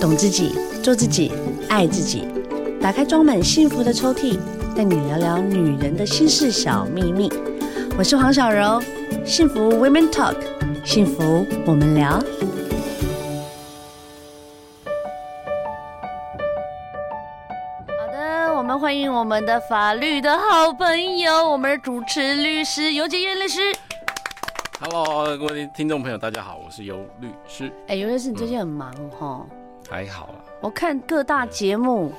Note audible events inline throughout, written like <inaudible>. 懂自己，做自己，爱自己。打开装满幸福的抽屉，带你聊聊女人的心事小秘密。我是黄小柔，幸福 Women Talk，幸福我们聊。好的，我们欢迎我们的法律的好朋友，我们的主持律师尤杰月律师。 Hello，各位听众朋友，大家好，我是尤律师，哎，尤律师，你最近很忙哦，还好啦，我看各大节目、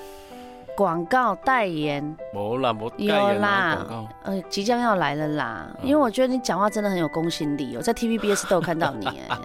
广告代言，没啦，没有代言啊啦广告，呃，即将要来了啦。嗯因为我觉得你讲话真的很有公信力，哦我在 TVBS 都有看到你， <laughs> 哎，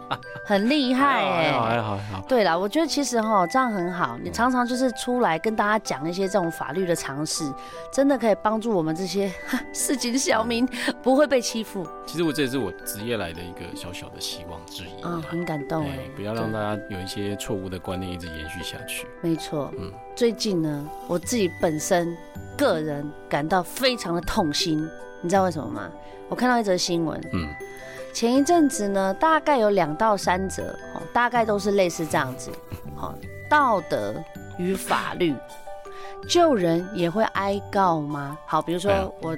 很厉害还好还哎。好还好，对啦，我觉得其实哈这样很好，嗯你常常就是出来跟大家讲一些这种法律的常识，真的可以帮助我们这些 <laughs> 市井小民嗯不会被欺负。其实我这也是我职业来的一个小小的希望之一啊、啊。很感动哎、哎，不要让大家有一些错误的观念一直延续下去。对没错，嗯最近呢，我自己本身个人感到非常的痛心，你知道为什么吗？我看到一则新闻，嗯，前一阵子呢，大概有两到三则，哦，大概都是类似这样子，哦，道德与法律，救人也会哀告吗？好，比如说哎呀我、呃、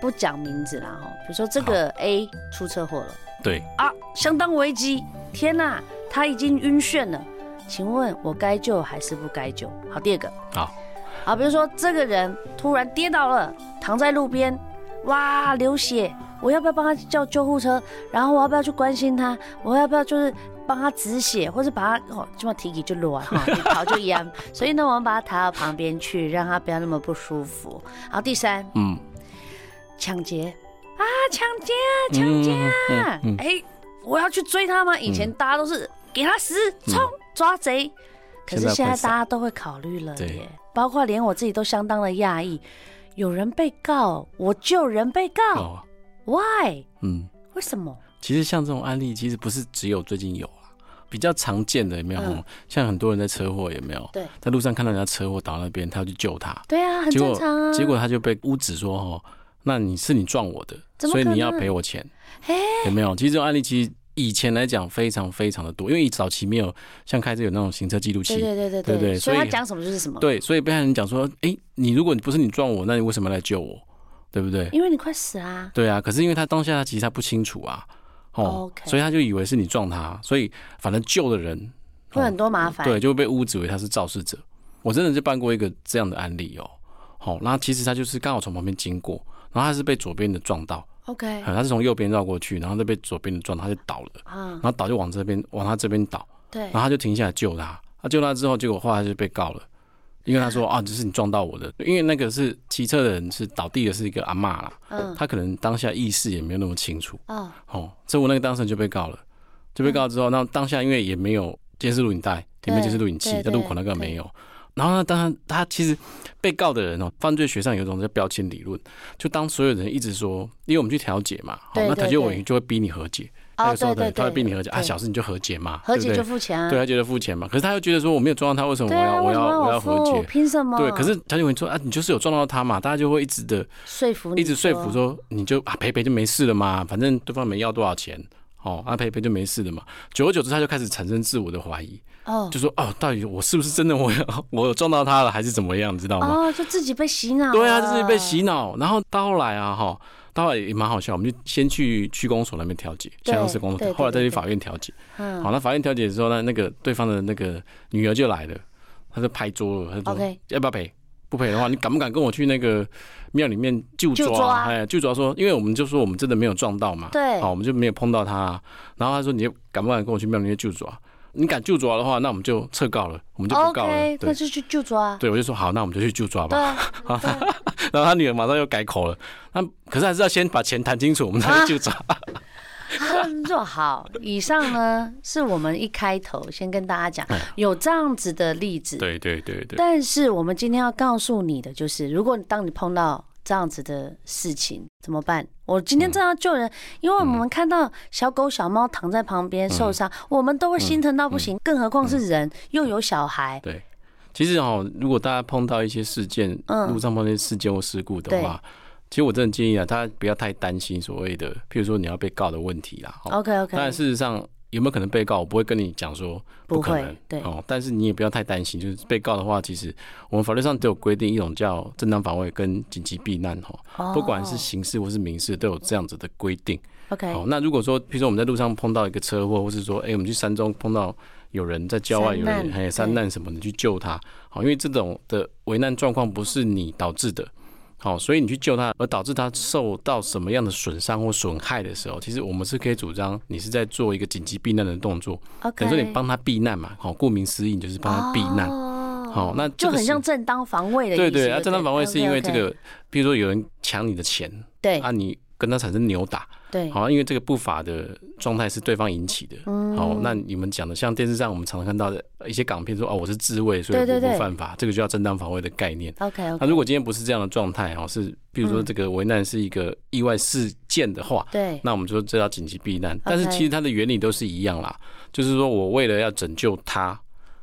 不讲名字啦，哈、哦，比如说这个 A 出车祸了。对，啊，相当危机！天呐，他已经晕眩了。请问我该救还是不该救？好，第二个好，啊，比如说这个人突然跌倒了，躺在路边，哇，流血，我要不要帮他叫救护车？然后我要不要去关心他？我要不要就是帮他止血，或是把他哦，这么提起就乱哈，你跑就一样。所以呢，我们把他抬到旁边去，让他不要那么不舒服。好，第三，嗯，抢劫啊，抢劫啊，抢劫啊！哎、嗯嗯嗯我要去追他吗？以前大家都是给他死冲、抓贼，可是现在现在快大家都会考虑了对耶，包括连我自己都相当的讶异，有人被告，我救人被告、哦， w h y 嗯，为什么？其实像这种案例，其实不是只有最近有啊，比较常见的有没有？嗯像很多人在车祸有没有？对在路上看到人家车祸倒在那边，他要去救他，对啊，很结正果常啊。结果他就被污指说哦，那你是你撞我的，怎么所以可你要能赔我钱，哎有没有？其实这种案例其实以前来讲非常非常的多，因为早期没有像开车有那种行车记录器，对对对对对对所以所他以讲什么就是什么，对所以被害人讲说，哎、你如果你不是你撞我，那你为什么要来救我？对不对？因为你快死啦、对啊，可是因为他当下他其实他不清楚啊，哦 OK 所以他就以为是你撞他，所以反正救的人会很多麻烦。哦对，就会被误指为他是肇事者。我真的就办过一个这样的案例哦。好、那其实他就是刚好从旁边经过，然后他是被左边的撞到， ，OK 呃他是从右边绕过去，然后再被左边的撞到，他就倒了，啊然，后倒就往这边往他这边倒，对然后他就停下来救他，他救他之后，结果后来就被告了。因为他嗯说啊，这是你撞到我的，因为那个是骑车的人是倒地的是一个阿嬷啦，嗯他可能当下意识也没有那么清楚，哦，哦，所以我那个当事人就被告了，就被告之后，那当下因为也没有监视录影带，也没有监视录影器嗯对，在路口那个没有。然后呢，当然他其实被告的人哦，犯罪学上有一种叫标签理论，就当所有人一直说，因为我们去调解嘛，对哦，那对调解对委员就会逼你和解，那哦，个时候对对对，他会逼你和解啊，对小事你就和解嘛，和解对就不对？付钱啊，对，他觉得付钱嘛，可是他又觉得说我没有撞到他，为什么对我啊，要我为什么要我我要和付解？凭什么？对，可是调解委员说啊，你就是有撞到他嘛，大家就会一直的说服你一直说哦服说你就啊赔赔就没事了嘛，反正对方没要多少钱，哦，啊赔赔就没事了嘛。久而久之，他就开始产生自我的怀疑，哦就说哦，到底我是不是真的我有 <laughs> 我有撞到他了，还是怎么样，你知道吗？哦，就自己被洗脑了，对啊，就是被洗脑。然后到后来啊，哈，到后来也蛮好笑，我们就先去区公所那边调解，对下公市公对对所，后来再对去对法院调解。嗯，好，那法院调解之后呢，那个对方的那个女儿就来了，她就拍桌了，她就说 OK 要不要赔？不赔的话，你敢不敢跟我去那个庙里面就就抓抓？哎，就抓说，因为我们就说我们真的没有撞到嘛，哦对好，我们就没有碰到他啊。然后他说，你敢不敢跟我去庙里面就抓？你敢就抓的话，那我们就撤告了，我们就不告了。 OK，那对，就去就抓，对我就说好，那我们就去就抓对吧。啊，然后他女儿马上又改口了，那可是还是要先把钱谈清楚，我们才啊去就抓。做好。以上呢是我们一开头先跟大家讲有这样子的例子， <laughs> 哎对对对对，但是我们今天要告诉你的就是，如果你当你碰到这样子的事情怎么办？我今嗯天正要救人，因为我们看到小狗、小猫躺在旁边受伤，嗯我们都会心疼到不行，更何况是人，又有小孩。对，其实哦，如果大家碰到一些事件，嗯路上碰到一些事件或事故的话，其实我真的建议啊，大家不要太担心所谓的，譬如说你要被告的问题啦。哦 OK OK，当然，事实上，有没有可能被告，我不会跟你讲说不可会能，对哦，但是你也不要太担心，就是被告的话，其实我们法律上都有规定一种叫正当防卫跟紧急避难哈，哦不管是刑事或是民事都有这样子的规定。 OK，哦，那如果说，譬如说我们在路上碰到一个车祸，或是说，哎、我们去山中碰到有人在郊外山有人难哎山难什么的，去救他，好，因为这种的危难状况不是你导致的，好，所以你去救他，而导致他受到什么样的损伤或损害的时候，其实我们是可以主张你是在做一个紧急避难的动作， OK，等于说你帮他避难嘛，好，顾名思义，你就是帮他避难，哦好那这就个很是像正当防卫的意对思。对，不啊，正当防卫是因为这 OK，OK 个，譬如说有人抢你的钱，对啊，你跟他产生扭打。对好，因为这个不法的状态是对方引起的。嗯好，那你们讲的像电视上我们常常看到的一些港片说，哦，我是自卫，所以对对我对不犯法，这个就叫正当防卫的概念。 ，OK 那 OK，如果今天不是这样的状态哦，是比如说这个危难是一个意外事件的话，对那我们就这叫紧急避难。但是嗯 OK 其实它的原理都是一样啦，就是说我为了要拯救他，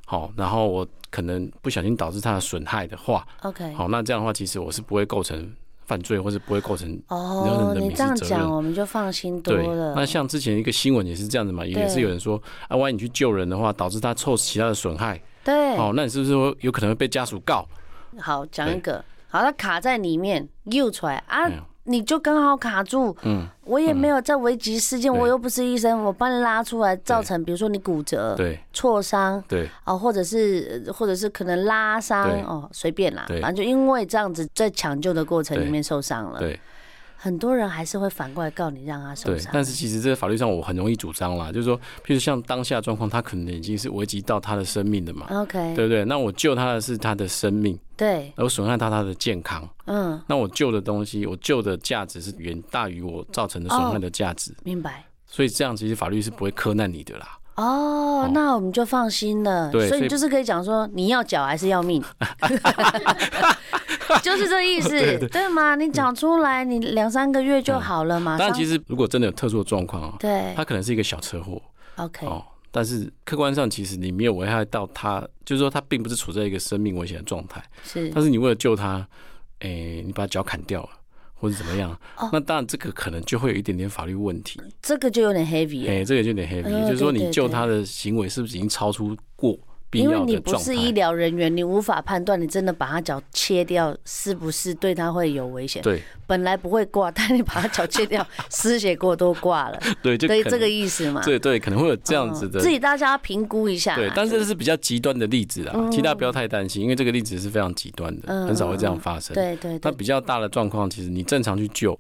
好，然后我可能不小心导致他的损害的话， OK。好，那这样的话其实我是不会构成犯罪，或是不会构成哦，人的你民这事样责任讲，我们就放心多对，了。那像之前一个新闻也是这样子嘛，也是有人说啊，万一你去救人的话，导致他受其他的损害，对，哦，那你是不是说有可能会被家属告？好，讲对一个，好，它卡在里面，又出来啊哎呦，你就刚好卡住。嗯，我也没有在危急事件，对我又不是医生，我帮你拉出来，造成比如说你骨折、对挫伤对哦，或者是或者是可能拉伤对哦，随便啦，对反正就因为这样子在抢救的过程里面受伤了。对很多人还是会反过来告你，让他呃受对，伤。但是其实这个法律上我很容易主张啦，就是说，譬如像当下状况，他可能已经是危及到他的生命了嘛， OK，对不对？那我救他的是他的生命，对，而我损害到他的健康，嗯，那我救的东西，我救的价值是远大于我造成的损害的价值，明白。所以这样其实法律是不会苛难你的啦。哦哦，那我们就放心了。对所以所你以就是可以讲说，你要脚还是要 <laughs> 命，就是这意思，对吗？你讲出来，你两三个月就好了嘛。嗯当然，其实实如果真的有特殊的状况啊，对他可能是一个小车祸， ，OK，哦，但是客观上其实你没有危害到他，就是说他并不是处在一个生命危险的状态，是但是你为了救他，诶、你把脚砍掉了。或者怎么样哦？那当然，这个可能就会有一点点法律问题。这个就有点 heavy，了诶，这个就有点 heavy，呃就是说对对你救他的行为是不是已经超出过必因为要你的不状是医态？疗人员，你无法判断你真的把他脚切掉是不是对他会有危险。对本来不会挂，但你把他脚切掉，失血过多挂了， <laughs> 对，就对可这个能意思嘛。对对，可能会有这样子的嗯自己大家评估一下。对，但是这是比较极端的例子嗯啦，其实大家不要太担心，因为这个例子是非常极端的，很少会这样发嗯生。对对嗯那对，比较大的状况，其实你正常去救，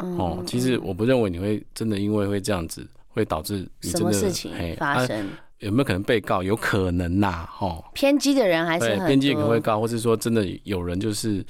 嗯哦，其实我不认为你会真的因为会这样子，会导致你什真的么事情嘿发啊生？有没有可能被告？有可能呐、哦，偏激的人还是对很，多，嗯边界可能会告，或是说真的有人就是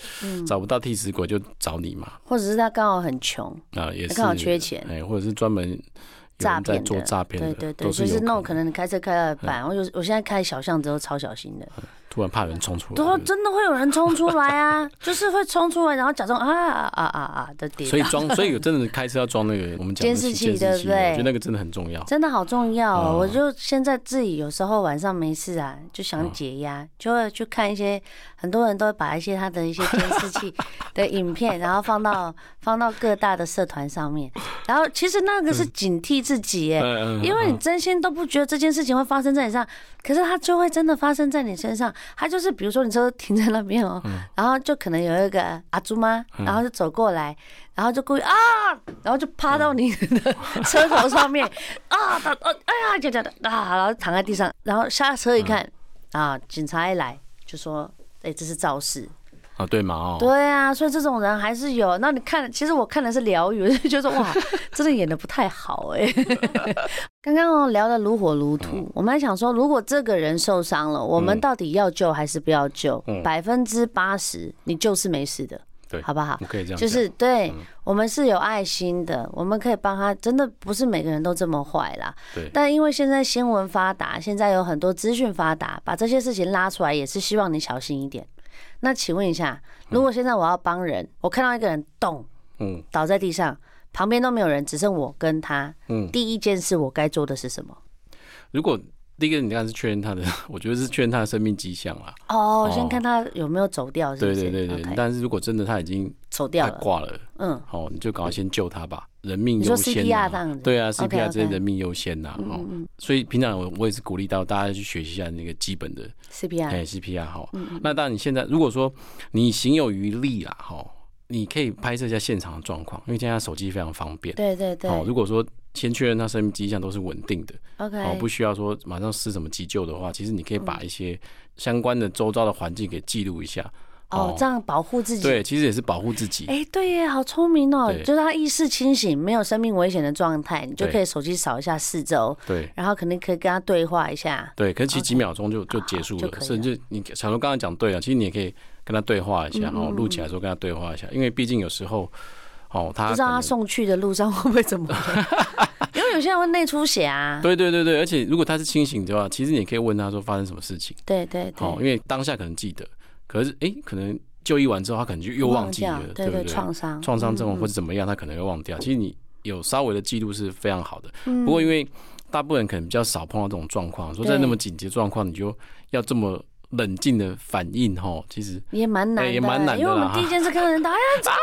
找不到替死鬼就找你嘛，或者是他刚好很穷，啊、也是刚好缺钱哎，或者是专门有诈人在骗做的，诈骗的，对对对，都就是有是那种可可能嗯能你开车开到一半，我有我现在开小巷子都超小心的，突然怕有人冲出来，都真的会有人冲出来啊， <laughs> 就是会冲出来，然后假装啊啊啊啊啊的跌倒，所以 <laughs> 装，所以有真的开车要装那个我们讲的监视器监视对不器，对我觉得那个真的很重要。真的好重要、哦。嗯我就现在自己有时候晚上没事啊，就哦想解压，就会去看一些很多人都会把一些他的一些 <laughs> 监视器的影片，然后放到放到各大的社团上面。然后其实那个嗯是警惕自己耶，嗯嗯因为你真心都不觉得这件事情会发生在你身上，可是它就会真的发生在你身上。它就是比如说你车停在那边哦，嗯然后就可能有一个阿朱妈，然后就走过来，然后就故意啊，然后就趴到你的车头上面啊，打哦哎呀，就这样的啊，然后躺在地上，然后下车一嗯看啊，警察一来就说。哎、这是肇事。啊，对嘛哦，对啊，所以这种人还是有。那你看，其实我看的是疗愈，我就觉得哇，真的演的不太好哎、 <laughs> 刚刚哦聊的如火如嗯荼，我们还想说，如果这个人受伤了，我们到底要救还是不要救？百分之八十你救是没事的，嗯对好不好我？可以这样讲，嗯就是对、我们是有爱心的，我们可以帮他。真的不是每个人都这么坏啦，对但因为现在新闻发达，现在有很多资讯发达，把这些事情拉出来也是希望你小心一点。那请问一下，如果现在我要帮人，我看到一个人动嗯倒在地上，旁边都没有人，只剩我跟他，嗯，第一件事我该做的是什么？如果第一个你当然是确认他的， <laughs> 我觉得是确认他的生命迹象啦。哦哦，先看他有没有走掉，是不对是？对对对 OK，但是如果真的他已经走掉他了，挂了，嗯，好、你就赶快先救他吧，人命你优说先 CPR 这啊。样子，嗯对啊 OK， ，CPR 这些 OK 人命优先呐、哦，所以平常我我也是鼓励到大家去学习一下那个基本的哎，CPR， CPR 哈。嗯那当然，你现在如果说你行有余力啦哈，你可以拍摄一下现场的状况，因为现在手机非常方便。嗯对对对哦，如果说先确认他生命迹象都是稳定的，哦， ，OK，不需要说马上施什么急救的话，其实你可以嗯把一些相关的周遭的环境给记录一下。哦，这样保护自己，对，其实也是保护自己。哎、对耶，好聪明哦、对就是他意识清醒，没有生命危险的状态，你就对可以手机扫一下四周，对然后肯定可以跟他对话一下。对，可是其实几秒钟就就结束哦就可以了，了甚至你小龙刚才讲对了，其实你也可以跟他对话一嗯下，哦，录起来的时候跟他对话一下，因为毕竟有时候，哦，他不知道他可能送去的路上 <laughs> 会不会怎么 <laughs> 了，因为有些人会内出血啊。对对对对，而且如果他是清醒的话，其实你也可以问他说发生什么事情，对对哦，因对，为当下可能记得，可是诶，可能就医完之后，他可能就又忘记掉了，对不对？创伤，创伤症嗯或者怎么样，他可能会忘掉。其实你有稍微的记录是非常好的，不过因为大部分人可能比较少碰到这种状况，说在嗯对那么紧急的状况，你就要这么冷静的反应哈，其实也蛮难的，哎也蛮难的啦因为我们第一件事看到人打，哎呀，怎么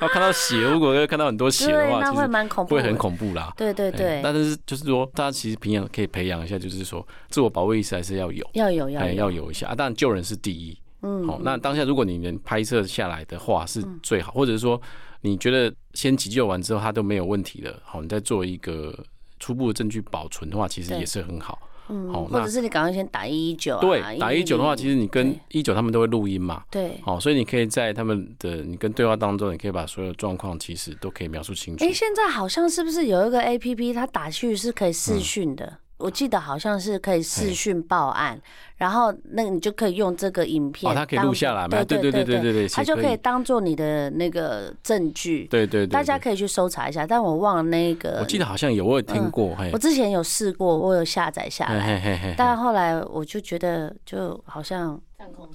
要看到血，如果看到很 <laughs> 多血的对，话，那其会实蛮恐怖，会很。恐怖啦。对对哎对，但是就是说，大家其实平常可以培养一下，就是说自我保卫意识还是要有。要有要哎，有，要有一下啊。当然救人是第一，嗯，好、那当下如果你能拍摄下来的话是嗯最好，或者是说你觉得先急救完之后他都没有问题了，好，你再做一个初步的证据保存的话，其实对也是很好。嗯好或哦那者是你赶快先打一一九啊，对，打一九的话， 110其实你跟对一九他们都会录音嘛。对。好、所以你可以在他们的你跟对话当中，你可以把所有状况其实都可以描述清楚。哎、现在好像是不是有一个 A P P，它打去是可以嗯视讯的？我记得好像是可以视讯报案，然后那个你就可以用这个影片哦，当，它可以录下来嘛？对对对对对对，它是就可可以。当做你的那个证据，对对对，大家对可以去搜查一下。但我忘了那个，我记得好像有我有听过，嗯嘿我，之前有试过，我有下载下嘿来，嘿嘿嘿，但后来我就觉得就好像。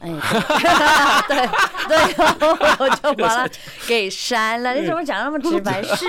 哎， <laughs> 对对，对我就把它给删了。嗯你怎么讲那么直白？ <laughs> 是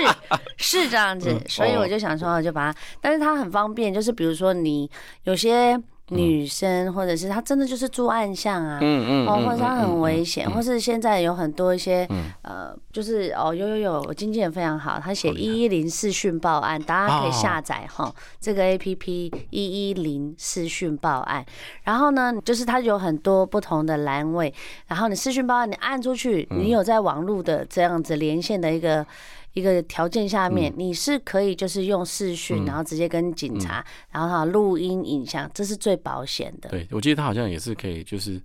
是这样子，所哦以我就想说，我就把它，但是它很方便，就是比如说你有些嗯女生，或者是她真的就是住暗巷啊，嗯嗯，哦，嗯或者他嗯很嗯危险，或是现在有很多一些呃，就是哦，有有有，我经纪人非常好，他写一一零视讯报案，大家可以下载啊哈这个 A P P 一一零视讯报案。然后呢，就是它有很多不同的栏位，然后你视讯报案你按出去，嗯你有在网络的这样子连线的一个。一个条件下面，嗯你是可以就是用视讯，然后直接跟警察，嗯然后哈录音影像，这是最保险的。对，我记得他好像也是可以，就是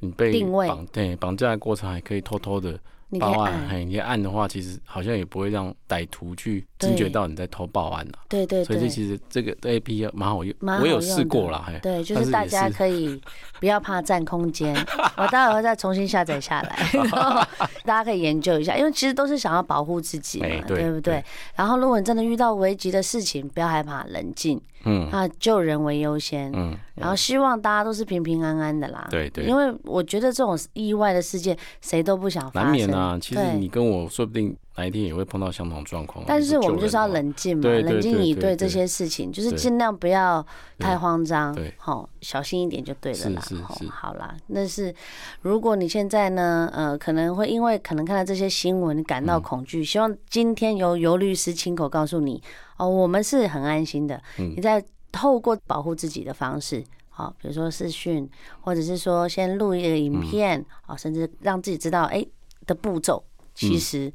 你被定位绑对绑架的过程，还可以偷偷的你可以报案。按，嘿，你可以按的话，其实好像也不会让歹徒去对惊觉到你在偷报案啊。对对所对。以这其实这个 A P 蛮好用，蛮好我用有的试过啦。嘿，对，就但是是大也家是可以不要怕占空间， <laughs> 我待会儿会再重新下载下来，然后大家可以研究一下，因为其实都是想要保护自己嘛哎，对对不对对？然后如果你真的遇到危急的事情，不要害怕，冷静，嗯啊，救人为优先，嗯，然后希望大家都是平平安安的啦。对对因为我觉得这种意外的事件谁都不想难发免生，啊。其实对你跟我说不定哪一天也会碰到相同状况啊。但是我们救就是要人嘛冷静嘛，对对冷静对以对对对这些事情，就是对尽量不要太慌张对，好，小心一点就对了啦。是是吼是好啦，那是如果你现在呢，呃，可能会因为可能看到这些新闻你感嗯到恐惧，希望今天由尤律师亲口告诉你，哦，我们是很安心的，嗯你在透过保护自己的方式。好，比如说视讯，或者是说先录一个嗯影片，好、甚至让自己知道，哎、的步骤嗯其实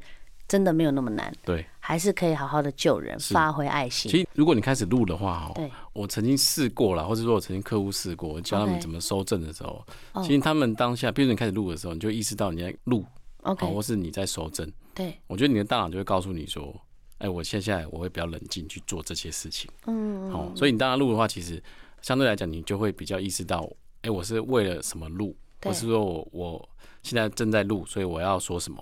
真的没有那么难。对。还是可以好好的救人，是发挥爱其心。实如果你开始录的话，哦对，我曾经试过啦，或者说我曾经客户试过，我教他们 OK 怎么收证的时候哦其实他们当下，比如你开始录的时候，你就意识到你在录， OK，哦，或是你在收证。对，我觉得你的大脑就会告诉你说，哎、我现在我会比较冷静去做这些事情。嗯，好、所以你当然录的话，其实相对来讲，你就会比较意识到，哎、我是为了什么录，对或是说我我现在正在录，所以我要说什么。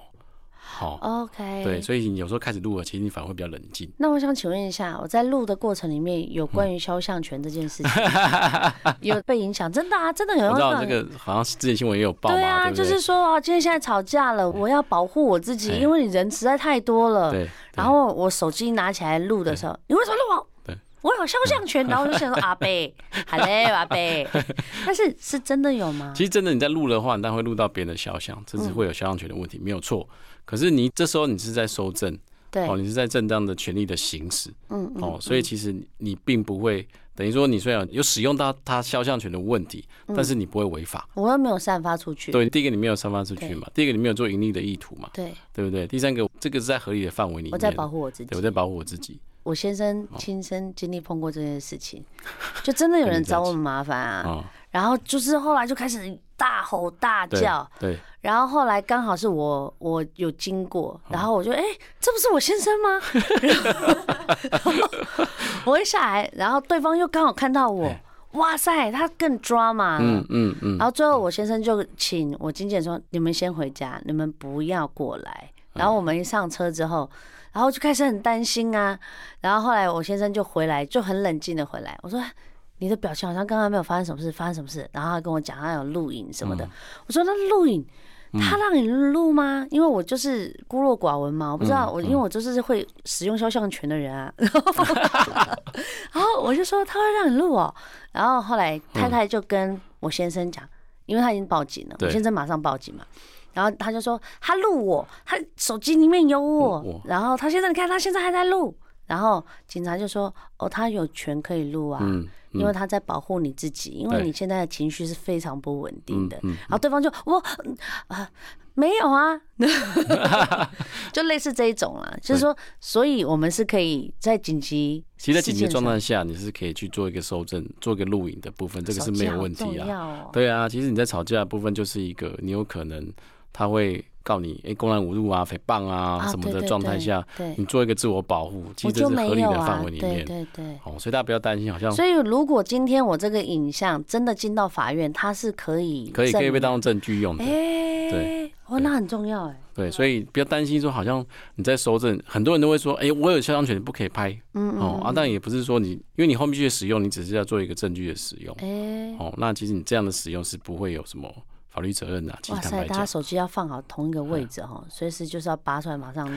好、哦 OK。对，所以你有时候开始录了，其实你反而会比较冷静。 <laughs> 那我想请问一下，我在录的过程里面有关于肖像权这件事 <laughs> 情、哦有被影响？真的啊，真的有我人知道会这个好像是之前新闻也有报嘛，对对啊，不就对是说啊，今天现在吵架了，我要保护我自己，哎因为你人实在太多了。对，对然后我手机拿起来录的时候，你为什么录我？啊对我有肖像权，然后我就想说 <laughs> 阿贝，好嘞，阿贝，但是是真的有吗？其实真的你在录的话，你当然会录到别人的肖像，这是嗯会有肖像权的问题，没有错。可是你这时候你是在收证，对，哦，你是在正当的权利的行使，嗯嗯，哦，所以其实你你并不会等于说你虽然有使用到他肖像权的问题，嗯但是你不会违法。我又没有散发出去，对，第一个你没有散发出去嘛，第二个你没有做盈利的意图嘛，对，对不对？第三个这个是在合理的范围里面，我在保护我自己对，我。在保护我自己。我先生哦亲身经历碰过这件事情，就真的有人找我们麻烦啊。啊，然后就是后来就开始大吼大对叫，对，然后后来刚好是我我有经哦过，然后我就哎、诶这不是我先生吗？ <laughs> 然后我一下来，然后对方又刚好看到我哎，哇塞，他更抓嘛。嗯嗯嗯然，后最后我先生就请我经纪人说：“你们先回家，你们不要过来。”然后我们一上车之后，然后就开始很担心啊。然后后来我先生就回来，就很冷静的回来。我说：“你的表情好像刚刚没有发生什么事，发生什么事？”然后他跟我讲他有录影什么的。我说：“那录影。”嗯他让你录吗？因为我就是孤陋寡闻嘛，我不知道嗯我，因为我就是会使用肖像权的人啊。然后然后我就说他会让你录哦。然后后来太太就跟我先生讲，因为他已经报警了，我嗯对先生马上报警嘛。然后他就说他录我，他手机里面有嗯我我。然后他现在你看他现在还在录。然后警察就说哦，他有权可以录啊，嗯因为他在保护你自己，因为对你现在的情绪是非常不稳定的。嗯嗯然后对方就我嗯啊没有啊， <laughs> 就类似这一种啦，就是说，所以我们是可以在紧急其实，在紧急事件上状态下，你是可以去做一个搜证、做一个录影的部分，这个是没有问题手机好重啊。要哦对啊，其实你在吵架的部分就是一个，你有可能他会告你，哎、公然侮辱啊、诽谤啊啊什么对的对状态对下，嗯对你做一个自我保护，其我实这就是没合理有的啊，范围里面。对对对。哦，所以大家不要担心，好像所以，如果今天我这个影像真的进到法院，它是可以可以可以证被当成证据用的明。哎对，哦，那很重要哎。对，所以不要担心说，好像你在收证，很多人都会说，哎、我有肖像权，你不可以拍。嗯哦，啊，但也不是说你，因为你后面去使用，你只是要做一个证据的使用。哎，哦，那其实你这样的使用是不会有什么法律责任的、啊其哇实坦塞，白大家讲，手机要放好同一个位置哈，随时就是要拔出来马上录，<laughs>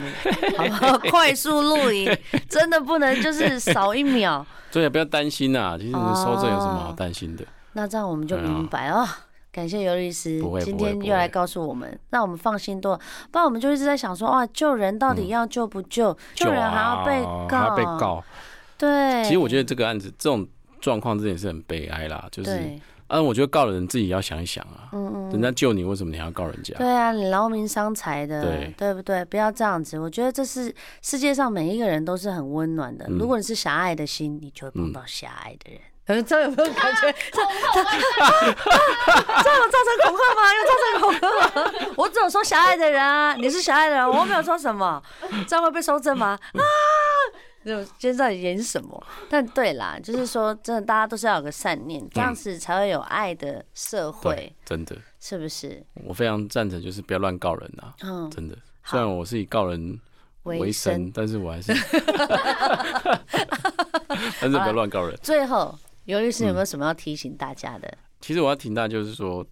好不好？ <laughs> 快速录影，真的不能就是少一 <laughs> 秒。对啊，不要担心呐、其实你哦们收证有什么好担心的？那这样我们就对啊明白了。感谢尤律师不会今不会天不又来会告诉我们，让我们放心多了。不然我们就一直在想说，哇，救人到底要救不救？救人还要被告，嗯啊还要被。告。对，其实我觉得这个案子这种状况真的是很悲哀啦，就是，对嗯啊，我觉得告的人自己要想一想啊，人家救你，为什么你还要告人家？对啊，你劳民伤财的，对不对？不要这样子。我觉得这是世界上每一个人都是很温暖嗯的。如果你是狭隘的心，你就会碰到狭隘的人。嗯，这有没有感觉？ <laughs> 这这有造成恐吓吗？有造成恐吓吗？ <laughs> 我只有说狭隘的人啊，你是狭隘的人，我没有说什么，这样会被收正吗？嗯啊！就今天到底演什么？但对啦，就是说，真的，大家都是要有个善念，这样子才会有爱的社会对，，真的，是不是？我非常赞成，就是不要乱告人啊，嗯，真的。虽然我是以告人为为生生，但是我还是， <laughs> <laughs> 但是不要乱告人。最后，尤律嗯师有没有什么要提醒大家的？其实我要提到就是说，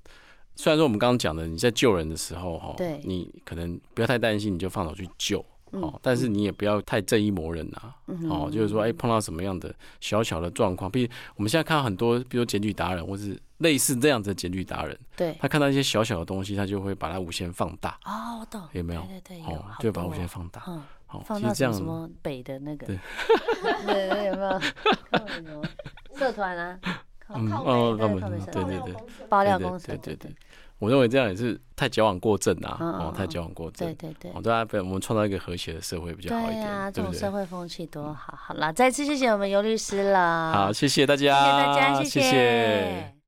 虽然说我们刚刚讲的，你在救人的时候哈对，嗯你可能不要太担心，你就放手去救。哦，但是你也不要太正义魔人啊！哦，就是说，哎、碰到什么样的小小的状况，比如我们现在看到很多，比如检举达人，或是类似这样子的检举达人，对，他看到一些小小的东西，他就会把它无限放大，哦，我懂，有没有？对对对，有，哦好，就会把多无限哦放大。嗯，哦，放其到实什么这样什么北的那个，对对 <laughs> 对，有没有？看我有没有社团啊，靠嗯靠哦北靠北靠北社对团对对爆料对公对司，对对对，我认为这样也是太矫枉过正啊！嗯嗯哦，嗯太矫枉过正对。对对哦，。大家不要，我们创造一个和谐的社会比较好一对点，呀，这对种不对？社会风气多好！好啦，再次谢谢我们尤律师了，好，谢谢大啊谢谢家，大家，谢谢谢